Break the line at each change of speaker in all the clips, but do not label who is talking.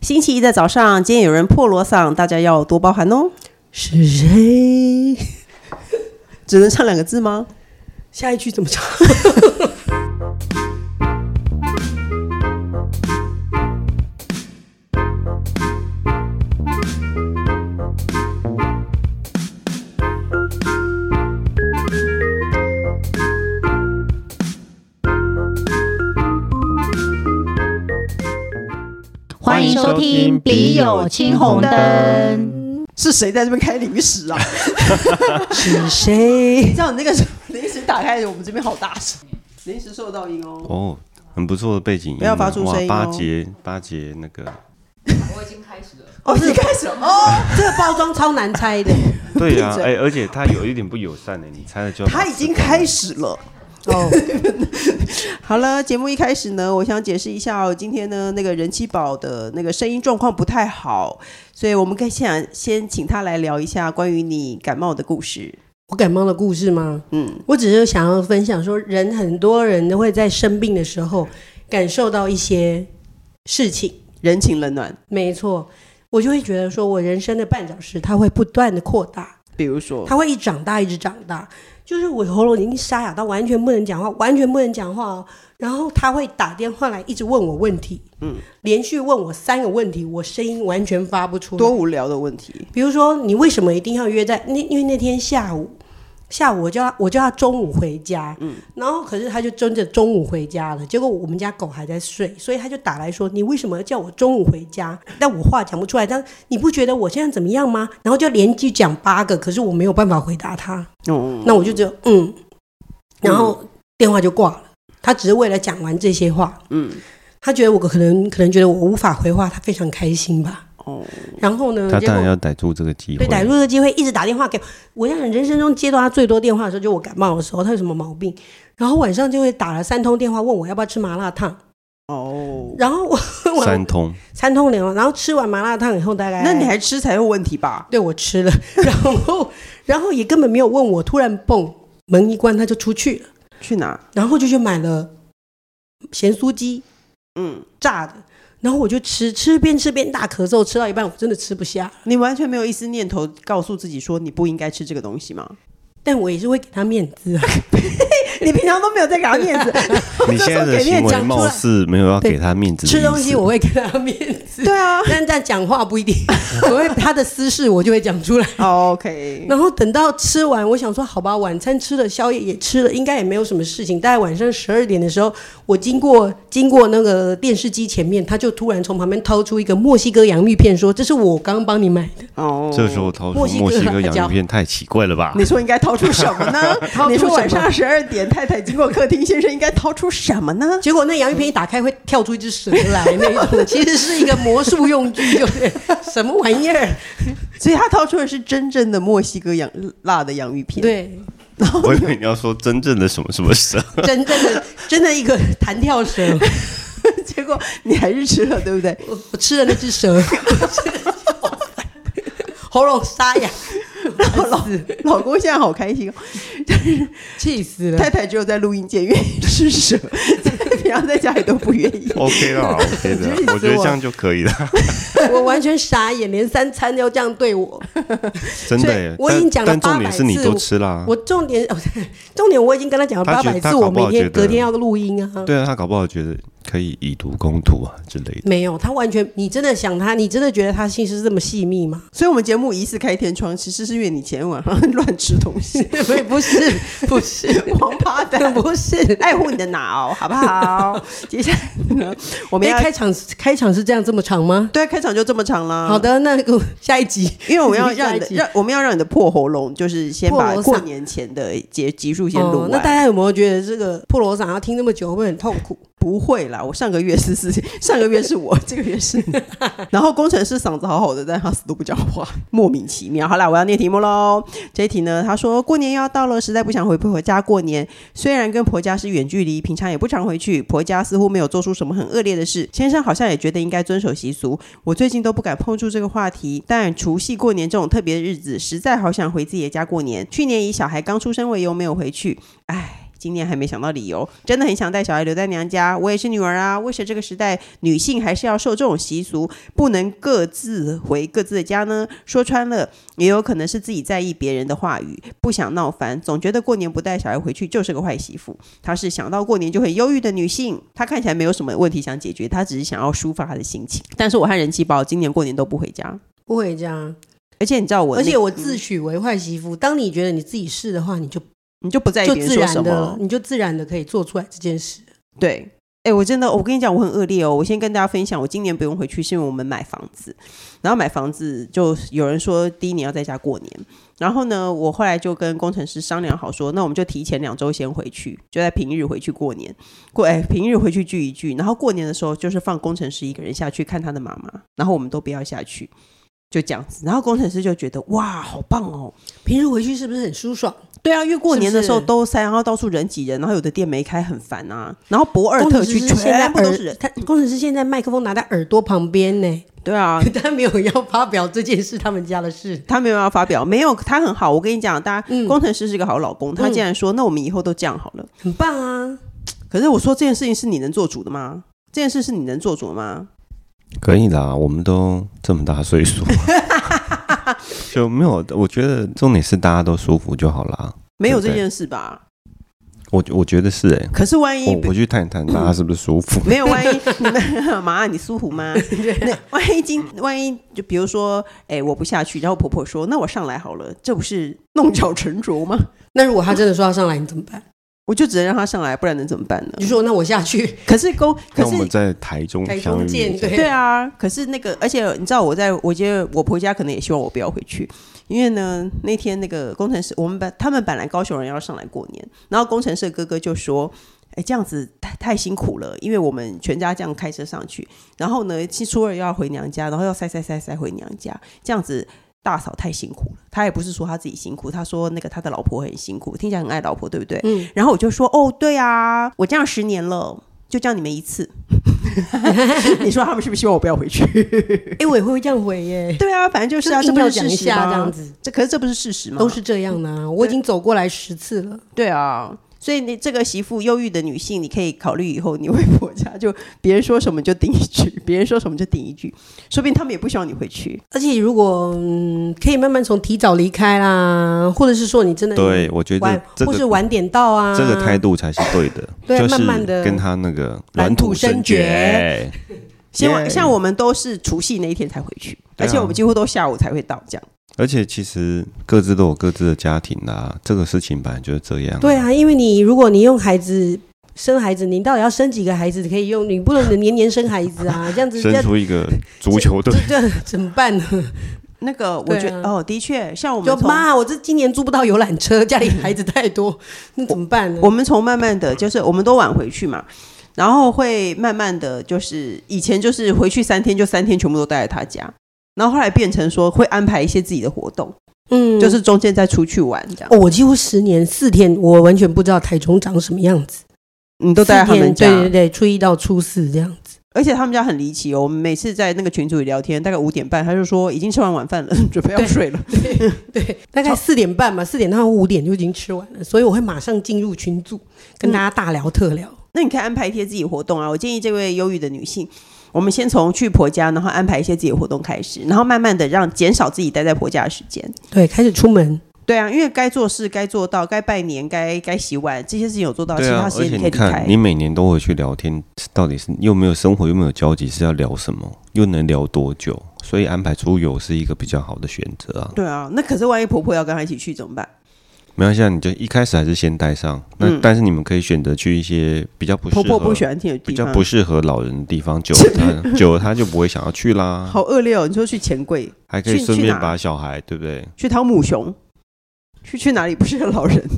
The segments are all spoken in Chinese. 星期一的早上，今天有人破锣嗓，大家要多包涵哦。
是谁？
只能唱两个字吗？
下一句怎么唱？
欢迎收听《笔友青红灯》。
是谁在这边开零食 啊？
是谁
你？知道你那个零食打开，我们这边好大声，零食收得到音哦。
哦，很不错的背景音啊，
不要发出声音哦
哇，八节八节那个，
哦，你开始哦，
这个包装超难拆的
对呀、啊，
闭嘴
哎、而且它有一点不友善呢，欸你猜了就要
他已经开始了。
哦。
好了，节目一开始呢，我想解释一下哦，今天呢那个人气宝的那个声音状况不太好，所以我们可以想先请他来聊一下关于你感冒的故事。
我感冒的故事吗？
嗯，
我只是想要分享说，人很多人都会在生病的时候感受到一些事情。
人情冷暖，
没错，我就会觉得说，我人生的绊脚石它会不断的扩大。
比如说
它会一直长大，一直长大。就是我喉咙已经沙哑到完全不能讲话，完全不能讲话哦。然后他会打电话来，一直问我问题，嗯，连续问我三个问题，我声音完全发不出
多
来。
无聊的问题，
比如说，你为什么一定要约在那？因为那天下午，下午我就要我就要中午回家，嗯，然后可是他就真的中午回家了。结果我们家狗还在睡，所以他就打来说：“你为什么要叫我中午回家？”但我话讲不出来，但你不觉得我现在怎么样吗？然后就连续讲八个，可是我没有办法回答他。
哦，
那我就只有嗯，然后电话就挂了。他只是为了讲完这些话，
嗯，
他觉得我可能可能觉得我无法回话，他非常开心吧。
哦，
然后呢，
他
结
当然
果
要逮住这个机会，
对逮住这个机会，啊一直打电话给我。我想人生中接到他最多电话的时候，就我感冒的时候，他有什么毛病？然后晚上就会打了三通电话，问我要不要吃麻辣烫。
哦，
然后我 我
三通，
三通两，然后吃完麻辣烫以后，大概
那你还吃才有问题吧？
对我吃了，然后然后也根本没有问我，突然蹦门一关他就出去了。
去哪？
然后就去买了咸酥鸡
嗯，
炸的，然后我就吃吃边吃边大咳嗽，吃到一半我真的吃不下，
你完全没有一丝念头告诉自己说你不应该吃这个东西 吗？
但我也是会给他面子啊。
你平常都没有在给他面子，
你现在的行为貌似没有要给他面子的意
吃
思，
东西我会给他面子，
对啊。
但但讲话不一定， 我会他的私事我就会讲出来。
OK，
然后等到吃完，我想说好吧，晚餐吃了，宵夜也吃了，应该也没有什么事情。大概晚上十二点的时候，我经过经过那个电视机前面，他就突然从旁边掏出一个墨西哥洋芋片，说：“这是我刚刚帮你买的。
哦，
这时候掏出
墨西哥
墨西哥
辣椒
洋芋片太奇怪 了吧？
你说应该掏出什么 呢？
出
你说晚
什么
上十二点，太太经过客厅，先生应该掏出什么 呢”？
结果那洋芋片一打开会跳出一只蛇来那种，其实是一个魔术用具，就是 什么玩意儿？
所以他掏出的是真正的墨西哥洋辣的洋芋片。，
对，
我以为你要说真正的什么什么蛇，
真正的真的一个弹跳蛇，
结果你还是吃了，对不对？
我我吃了那只蛇， 喉咙沙哑，
老老公现在好开心哦，
气死了
太。太只有在录音间愿意吃蛇， 在平常在家里都不愿意。
OK 啦，OK
真是
的，我觉得这样就可以了，
我完全傻眼，连三餐都这样对我。
啊真的
所以
耶。
我已
但
经讲了
但重点
800
是你
次
都吃啊啦，
我重点 重点我已经跟他讲了
他
八
觉
百
得他
次，我
搞不好
每天
觉得
隔天要录音啊。
对啊，他搞不好觉得可以以毒攻毒啊之类的。
没有，他完全，你真的想他，你真的觉得他心思这么细密吗？
所以，我们节目疑似开天窗，其实是因为你前晚上乱吃东西，
不是，不是，不是，
王八蛋
不是。
爱护你的脑，好不 好？接下来呢，我
我
们要
哎开场开场是这样这么长吗？
对开场就这么长
啊
啦。
好，的，那个下一集，
因为我们 要让你
下
的
一集
让我们要让你的破喉咙，就是先
破
把
锣嗓
过年前的节集数先录
哦
完。
那大家有没有觉得这个破锣嗓要听那么久会不会很痛苦？
不会啦，我上个月是是 上个月是我， 这个月是你。然后工程师嗓子好好的，但他死都不讲话，莫名其妙。好啦，我要念题目喽。这一题呢，他说过年要到了，实在不想回婆家过年。虽然跟婆家是远距离，平常也不常回去，婆家似乎没有做出什么很恶劣的事。先生好像也觉得应该遵守习俗。我最近都不敢碰触这个话题，但除夕过年这种特别的日子，实在好想回自己的家过年。去年以小孩刚出生为由没有回去，唉。今年还没想到理由，真的很想带小孩留在娘家。我也是女儿啊，为什么这个时代女性还是要受这种习俗，不能各自回各自的家呢？说穿了，也有可能是自己在意别人的话语，不想闹翻，总觉得过年不带小孩回去就是个坏媳妇。她是想到过年就很忧郁的女性，她看起来没有什么问题想解决，她只是想要抒发她的心情。但是我和人气宝今年过年都不回家，
不回家，
而且你知道我那，
而且我自诩为坏媳妇。当你觉得你自己是的话，你就
你就不在意
就
别人
自
说
然
什么
的，，你就自然的可以做出来这件事。
对，哎、我真的，我跟你讲，我很恶劣哦。我先跟大家分享，我今年不用回去，是因为我们买房子。然后买房子就有人说，第一年要在家过年。然后呢，我后来就跟工程师商量好说，那我们就提前两周先回去，就在平日回去过年。过哎，平日回去聚一聚，然后过年的时候就是放工程师一个人下去看他的妈妈，然后我们都不要下去，就这样子。然后工程师就觉得哇，好棒哦，
平时回去是不是很舒爽？
对啊，因为过
是不
年的时候
是
都塞，然后到处人挤人，然后有的店没开，很烦啊。然后博尔
工
特
程师
区
是现在
全部都是
耳
人，，
他工程师现在麦克风拿在耳朵旁边呢，
对啊，
他没有要发表这件事，他们家的事。
他没有要发表，没有他很好。我跟你讲，大家、
嗯
工程师是一个好老公，他竟然说、那我们以后都这样好了。
很 棒啊！
可是我说这件事情是你能做主的吗？这件事是你能做主的吗？
可以啦，我们都这么大岁数， 就没有。我觉得重点是大家都舒服就好啦。
没有
对
这
不对
件事吧？
我我觉得是哎、
可是万一。
我我去探一探大家是不是舒服
嗯
没有万一， 你们妈，你舒服吗？那万一今万一就比如说，哎、我不下去，然后婆婆说那我上来好了，这不是弄巧成拙吗？
那如果他真的说要上来，你怎么办？
我就只能让他上来，不然能怎么办呢
你？就说那我 下去，
可是公，可
那我
是
们在台中
台
相
中
遇
见
一下，
对
对啊，可是那个，而且你知道我在我觉得我婆家可能也希望我不要回去，因为呢那天那个工程师，我们本他们本来高雄人要上来过年，然后工程师的哥哥就说。哎，这样子太太辛苦了，因为我们全家这样开车上去，然后呢，其实初二又要回娘家，然后要塞塞塞塞回娘家，这样子大嫂太辛苦了。他也不是说他自己辛苦，他说那个他的老婆很辛苦，听起来很爱老婆，对不对？
嗯，
然后我就说，哦，对啊，我这样十年了，就叫你们一次。你说他们是不是希望我不要回 去？
哎，我也会这样回耶。
对啊，反正就是啊，这
就硬
不
要
是
讲
事
一
实
下
吗
这样子，
这可是这不是事实吗？
都是这样的啊。我已经走过来十次了，
对啊。所以你这个媳妇忧郁的女性，你可以考虑以后你回婆家，就别人说什么就顶一句，别人说什么就顶一句，说不定他们也不希望你回去。
而且如果嗯，可以慢慢从提早离开啦，或者是说你真的
对，我觉
晚
得，这
或是
个
晚点到啊，
这个态度才是对的，
对
就是
慢慢地
跟他那个
软
软
土
土
生
生
绝
绝。
像我
Yeah
像我们都是除夕那一天才回去，
对
而
啊
且我们几乎都下午才会到，这样
而且其实各自都有各自的家庭啦、这个事情本来就是这样。
对，啊，因为你如果你用孩子生孩子，你到底要生几个孩子？可以用，你不能年年生孩 子啊，这样子人
生
家
出一个足球队，
这这怎么办呢？
那个我
对啊
觉得、哦，的确，像我们
就
从
妈，我这今年租不到游览车，家里孩子太多，那怎么办呢？
我们从慢慢的就是我们都晚回去嘛，然后会慢慢的就是以前就是回去三天就三天全部都待在他家，然后后来变成说会安排一些自己的活动，
嗯
就是中间再出去玩这样。
哦，我几乎十年四天，我完全不知道台中长什么样子。
你都待在他们家，
四天对对对，初一到初四这样子。
而且他们家很离奇哦。我们每次在那个群组里聊天，大概五点半他就说已经吃完晚饭了， 准备要睡了。
对，大概四点半吧，四点到五点就已经吃完了，所以我会马上进入群组，
嗯
跟大家大聊特聊。
那你可以安排一些自己活动啊。我建议这位忧郁的女性，我们先从去婆家，然后安排一些自己的活动开始，然后慢慢的让减少自己待在婆家的时间。
对，开始出门。
对啊，因为该做事、该做到、该拜年、该该洗碗这些事情有做到，
对
其
啊
他，
而
时间可以
且
离
你
开
看，。你每年都回去聊天，到底是又没有生活，又没有交集，是要聊什么，又能聊多久？所以安排出游是一个比较好的选择啊。
对啊，那可是万一婆婆要跟她一起去怎么办？
没关系，啊，你就一开始还是先带上。那、
嗯
但是你们可以选择去一些比较不适合
婆婆不喜欢听的
比
地
较
方，
不适合老人的地 方，久了他久了他就不会想要去啦。
好恶劣哦！你说去钱柜、
还可以
去
顺
去
便
哪
把小孩，对不对？
去汤姆熊、去去哪里不适合老人？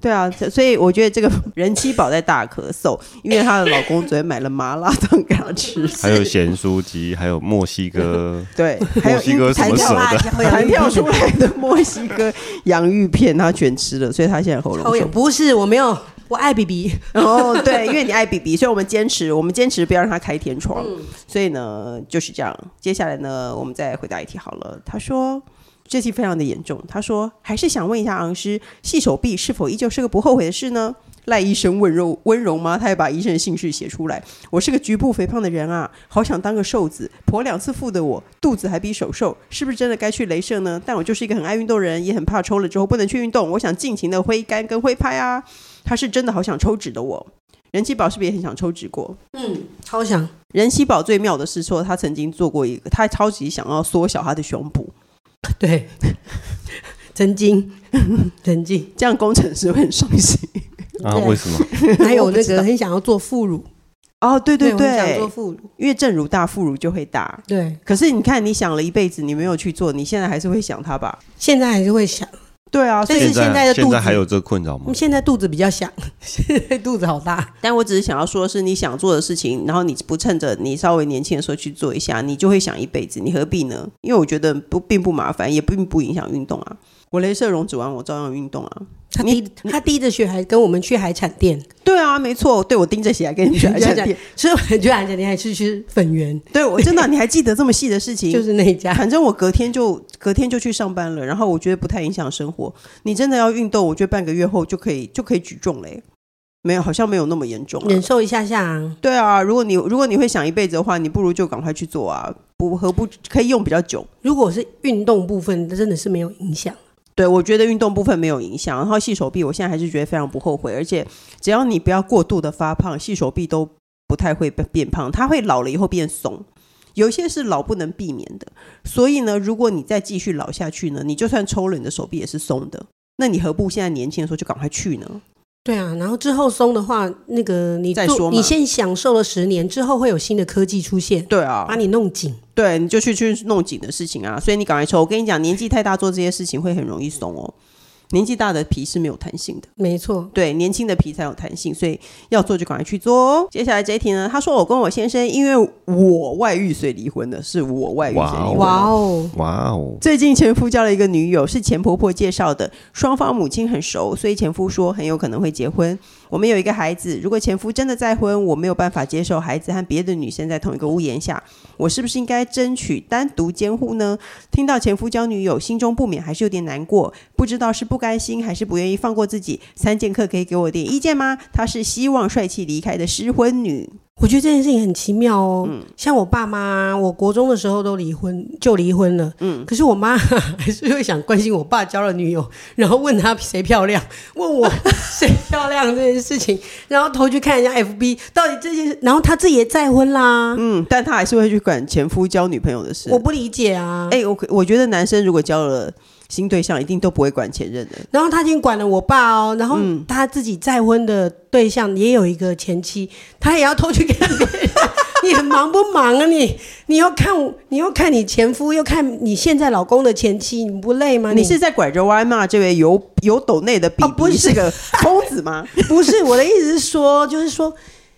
对啊，所以我觉得这个人妻宝在大咳嗽，因为她的老公昨天买了麻辣烫给她吃，
还有咸酥鸡，还有墨 西哥，
对，还
墨
有
西哥什
弹
么
跳啊
蛇
辣
的？
椒，
弹跳出来的墨西哥洋芋片，她全吃了，所以她现在喉咙
抽烟
痛。
不是，我没有，我爱比比。
哦，对，因为你爱 BB，所以我们坚持，我们坚持不要让他开天窗。所以呢，就是这样。接下来呢，我们再回答一题好了。他说这题非常的严重，他说还是想问一下昂师，细手臂是否依旧是个不后悔的事呢？赖医生温柔温柔吗？他还把医生的姓氏写出来。我是个局部肥胖的人啊，好想当个瘦子。婆两次腹的我，肚子还比手瘦，是不是真的该去镭射呢？但我就是一个很爱运动的人，也很怕抽了之后不能去运动。我想尽情的挥杆跟挥拍啊。他是真的好想抽脂的我。人气宝是不是也很想抽脂过？
嗯，超想。
人气宝最妙的是说，他曾经做过一个，他超级想要缩小他的胸部，
对，曾经， 曾经，
这样工程师会很伤 心。
啊，
对
为什么？
还有那
我不知
个
道
很想要做副乳，
哦，对对
我
对
很，想做副乳，
因为正如大，副乳就会大。
对，
可是你看，你想了一辈子，你没有去做，你现在还是会想它吧？现
现在还是会想，
对啊，所
但
以
是现在的肚子
现在还有这个困扰吗
嗯？现在肚子比较想， 现在肚子好大，
但我只是想要说的是，你想做的事情，然后你不趁着你稍微年轻的时候去做一下，你就会想一辈子，你何必呢？因为我觉得不并不麻烦，也并不影响运动啊。我镭射溶脂丸，我照样运动啊。
他
你
滴他滴着血还跟我们去海产店，
对啊，没错，对我盯着写，还跟你 们去海产店。
所以我觉得海产店还是去粉圆，
对我真的，你还记得这么细的事情？
就是那一 家。
反正我隔天就隔天就去上班了，然后我觉得不太影响生活。你真的要运动，我觉得半个月后就可以就可以举重嘞。没有，好像没有那么严重、
忍
啊。
受一下下、啊，
对啊，如果你如果你会想一辈子的话，你不如就赶快去做啊，不何不可以用比较久。
如果是运动部分，真的是没有影响。
对，我觉得运动部分没有影响，然后细手臂，我现在还是觉得非常不后悔，而且只要你不要过度的发胖，细手臂都不太会变变胖，它会老了以后变松。有一些是老不能避免的，所以呢，如果你再继续老下去呢，你就算抽了，你的手臂也是松的。那你何不现在年轻的时候就赶快去呢？
对啊，然后之后松的话，那个你
再
做
说嘛
你先享受了十年，之后会有新的科技出现，
对啊
把你弄紧。
对，你就去去弄紧的事情啊。所以你赶快抽。我跟你讲，年纪太大做这些事情会很容易松哦。年纪大的皮是没有弹性的。
没错，
对，年轻的皮才有弹性，所以要做就赶快去做哦。接下来这一题呢，他说我跟我先生因为我外遇所以离婚的，是我外遇所以离婚。
哇哦，
哇哦，
最近前夫交了一个女友，是前婆婆介绍的，双方母亲很熟，所以前夫说很有可能会结婚。我们有一个孩子，如果前夫真的再婚，我没有办法接受孩子和别的女生在同一个屋檐下，我是不是应该争取单独监护呢？听到前夫交女友，心中不免还是有点难过，不知道是不甘心还是不愿意放过自己。三剑客可以给我点意见吗？他是希望帅气离开的失婚女，
我觉得这件事情很奇妙哦。
嗯
像我爸妈，我国中的时候都离婚，就离婚了。嗯，可是我妈 还是会想关心我爸交了女友，然后问他谁漂亮，问我 谁漂亮这件事情，然后头去看人家 FB，到底这件事，然后他自己也再婚啦。
嗯，但他还是会去管前夫交女朋友的事。
我不理解啊。
哎、我可我觉得男生如果交了新对象，一定都不会管前任的。
然后他已经管了我爸哦，然后他自己再婚的对象也有一个前妻，他也要偷去看别人。你很忙不忙啊你？你又看我你又看你前夫，又看你现在老公的前妻，你不累吗？
你是在拐着弯骂这位有有斗内的比
嗯哦不
比
是
是个疯子吗？
不是我的意思是说，就是 说，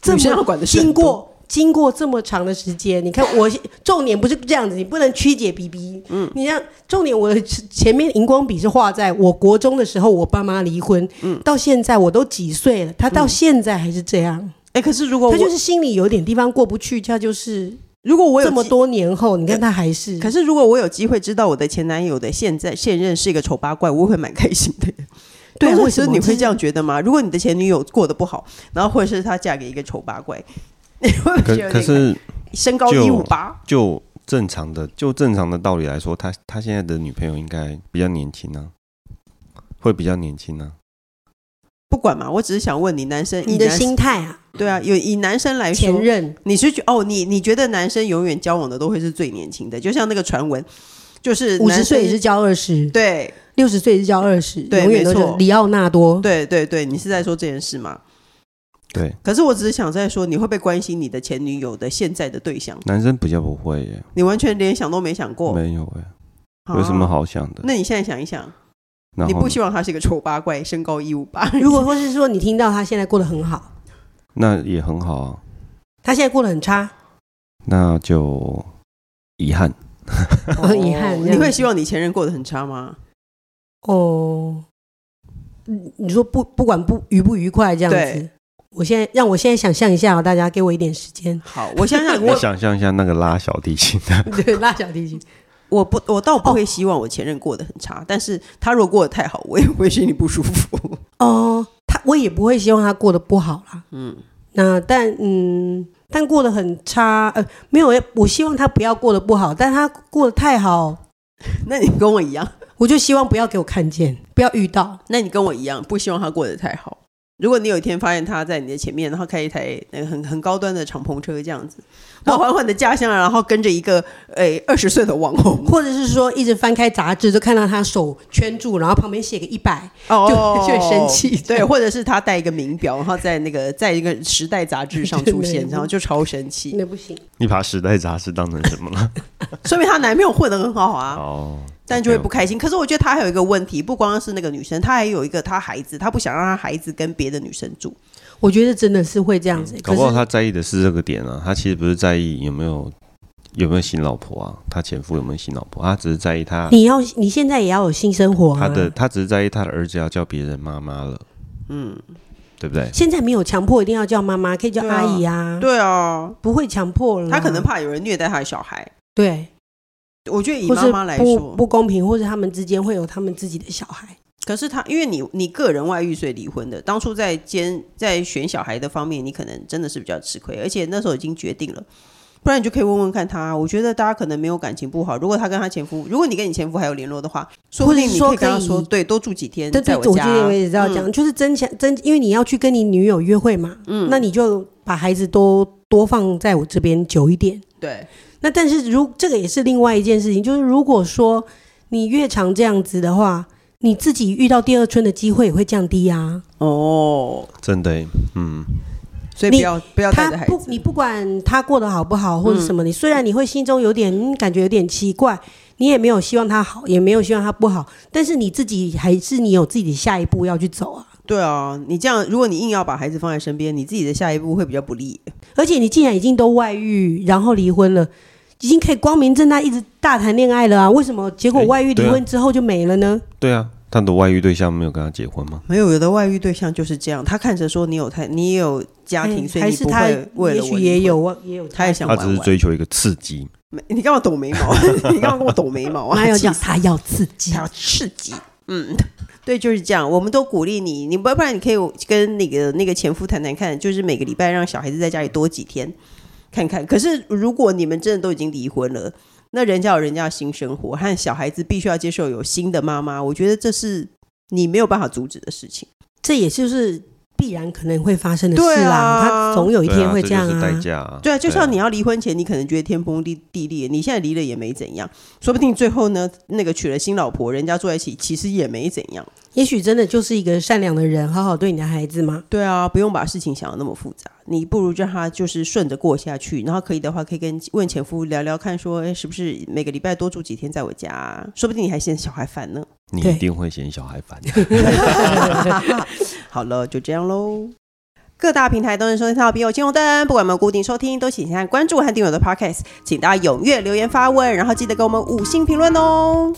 这
女生
么
要管的事很
经
多
过经过这么长的时间，你看我重点不是这样子，你不能曲解 BB。嗯，你像重点，我的前面荧光笔是画在我国中的时候，我爸妈离婚，嗯，到现在我都几岁了，他到现在还是这样，
哎、可是如果我
他就是心里有点地方过不去，他就是
如果我有
这么
机，
多年后，你看他还是
可是如果我有机会知道我的前男友的现在现任是一个丑八怪，我会蛮开心的。
对啊
我
为什
说
么
你
这
会
是
这样觉得吗？如果你的前女友过得不好，然后或者是她嫁给一个丑八怪， 你会不
可
会觉得有点
可是
身高
就
一五八，
就正常的就正常的道理来说，他他现在的女朋友应该比较年轻啊，会比较年轻啊。
不管嘛，我只是想问你，男生以
你的
男
心态啊，
对啊，有以男生来说
前，任
你是觉哦，你你觉得男生永远交往的都会是最年轻的，就像那个传闻，就是
五
男生
十岁也是交二十，
对
六十岁也是交二十，
对
永远都
没
是
错
里奥纳多。
对对对，你是在说这件事吗？
对，
可是我只是想在说，你会不会关心你的前女友的现在的对象？
男生比较不会耶，
你完全连想都没想过，
没有耶，
啊
有什么？好想的？
那你现在想一想，
然
你
后
不希望他是一个丑八怪，身高一五八。
如果或是说你听到他现在过得很好，
那也很好啊，
他现在过得很差，
那就遗憾。
哦 遗憾这样子
你会希望你前任过得很差吗？
哦，嗯你说不不管不愉不愉快这样子
对，，
我现在让我现在想象一下、哦，大家给我一点时间
好，我想想，
你
我
想象一下那个拉小提琴的，
对，拉小提琴。
我不，我倒不会希望我前任过得很差，但是他如果过得太好，我也会心里不舒服。
哦，他我也不会希望他过得不好啦。
嗯，
那但嗯，但过得很差，呃，没有，我希望他不要过得不好，但他过得太好，
那你跟我一样，
我就希望不要给我看见，不要遇到。
那你跟我一样，不希望他过得太好。如果你有一天发现他在你的前面，然后开一台那个很很高端的敞篷车这样子，然后缓缓的驾下来，然后跟着一个诶二十岁的网红，
或者是说，一直翻开杂志，就看到他手圈住，然后旁边写个一百，
哦
就就生气
对，或者是他戴一个名表，然后在那个在一个时代杂志上出
对
现
对，
然后就超生气，
那不行。
你把时代杂志当成什么了？
说明她男朋友混得很好啊，
哦，
但就会
OK，OK
不开心。可是我觉得她还有一个问题，不光是那个女生，她还有一个她孩子，她不想让她孩子跟别的女生住。
我觉得真的是会这样子、
搞
可是
不好他在意的是这个点啊，他其实不是在意有没有有没有新老婆啊，他前夫有没有新老婆，他只是在意他
你要你现在也要有性生活啊。
他的他只是在意他的儿子要叫别人妈妈了，
嗯，
对不对？
现在没有强迫一定要叫妈妈，可以叫
对啊
阿姨啊，
对啊，
不会强迫了。
她可能怕有人虐待她的小孩。
对，
我觉得以
或
妈
是
妈来
不
说，
不公平，或者他们之间会有他们自己的小孩。
可是她因为你你个人外遇所以离婚的，当初在兼在选小孩的方面，你可能真的是比较吃亏，而且那时候已经决定了。不然你就可以问问看他，我觉得大家可能没有感情不好。如果他跟他前夫，如果你跟你前夫还有联络的话，说不定你可以跟他
或者是说
说，
可以
对，多住几天，
对对，
在
我
家
觉得我也知道这样，就是增强增，因为你要去跟你女友约会嘛，
嗯
那你就把孩子都多放在我这边久一点。
对，
那但是如这个也是另外一件事情，就是如果说你越常这样子的话，你自己遇到第二春的机会也会降低啊。
哦，
真的欸，嗯，
所以
你
不要不要带
他
着孩
不，
子，嗯
你不管他过得好不好或者什么，你虽然你会心中有点、嗯、感觉有点奇怪，你也没有希望他好，也没有希望他不好，但是你自己还是你有自己的下一步要去走啊。
对啊，你这样，如果你硬要把孩子放在身边，你自己的下一步会比较不利。
而且你既然已经都外遇，然后离婚了，已经可以光明正大一直大谈恋爱了啊，为什么结果
哎
外遇离
对啊
婚之后就没了呢？
对啊，他的外遇对象没有跟他结婚吗？
没有，有的外遇对象就是这样，他看着说你有太，你也有家庭，
哎
所以
还
你
是
不
他
会为
也
了我
许
离
也
婚
有，啊我也有
他也想
他
玩
只是
玩。
追求一个刺激，
没你 干嘛抖眉 毛？你干嘛跟我抖眉毛啊？
哪有
气
讲
死
他要刺激
他？要刺激，嗯。对，就是这样。我们都鼓励你，你不不然你可以跟那个那个前夫谈谈看，就是每个礼拜让小孩子在家里多几天，看看。可是如果你们真的都已经离婚了，那人家有人家的新生活，和小孩子必须要接受有新的妈妈，我觉得这是你没有办法阻止的事情。
这也就是必然可能会发生的事
对
啦、
啊
他总有一
对
天会
这
样
就是
啊。
代价啊。
对啊，就像你
啊
要离婚前，你可能觉得天崩地地裂，你现在离了也没怎样，说不定最后呢，那个娶了新老婆，人家住在一起，其实也没怎样。
也许真的就是一个善良的人，好好对你的孩子嘛。
对啊，不用把事情想的那么复杂，你不如让他就是顺着过下去，然后可以的话，可以跟问前夫聊聊看说，哎，是不是每个礼拜多住几天在我家啊、说不定你还嫌小孩烦呢。
你
对
一定会嫌小孩烦。
好了，就这样喽。各大平台都能收听到《笔友金红灯》，不管我们固定收听，都请先按关注和订阅我的 Podcast，请大家踊跃留言发问，然后记得给我们五星评论哦。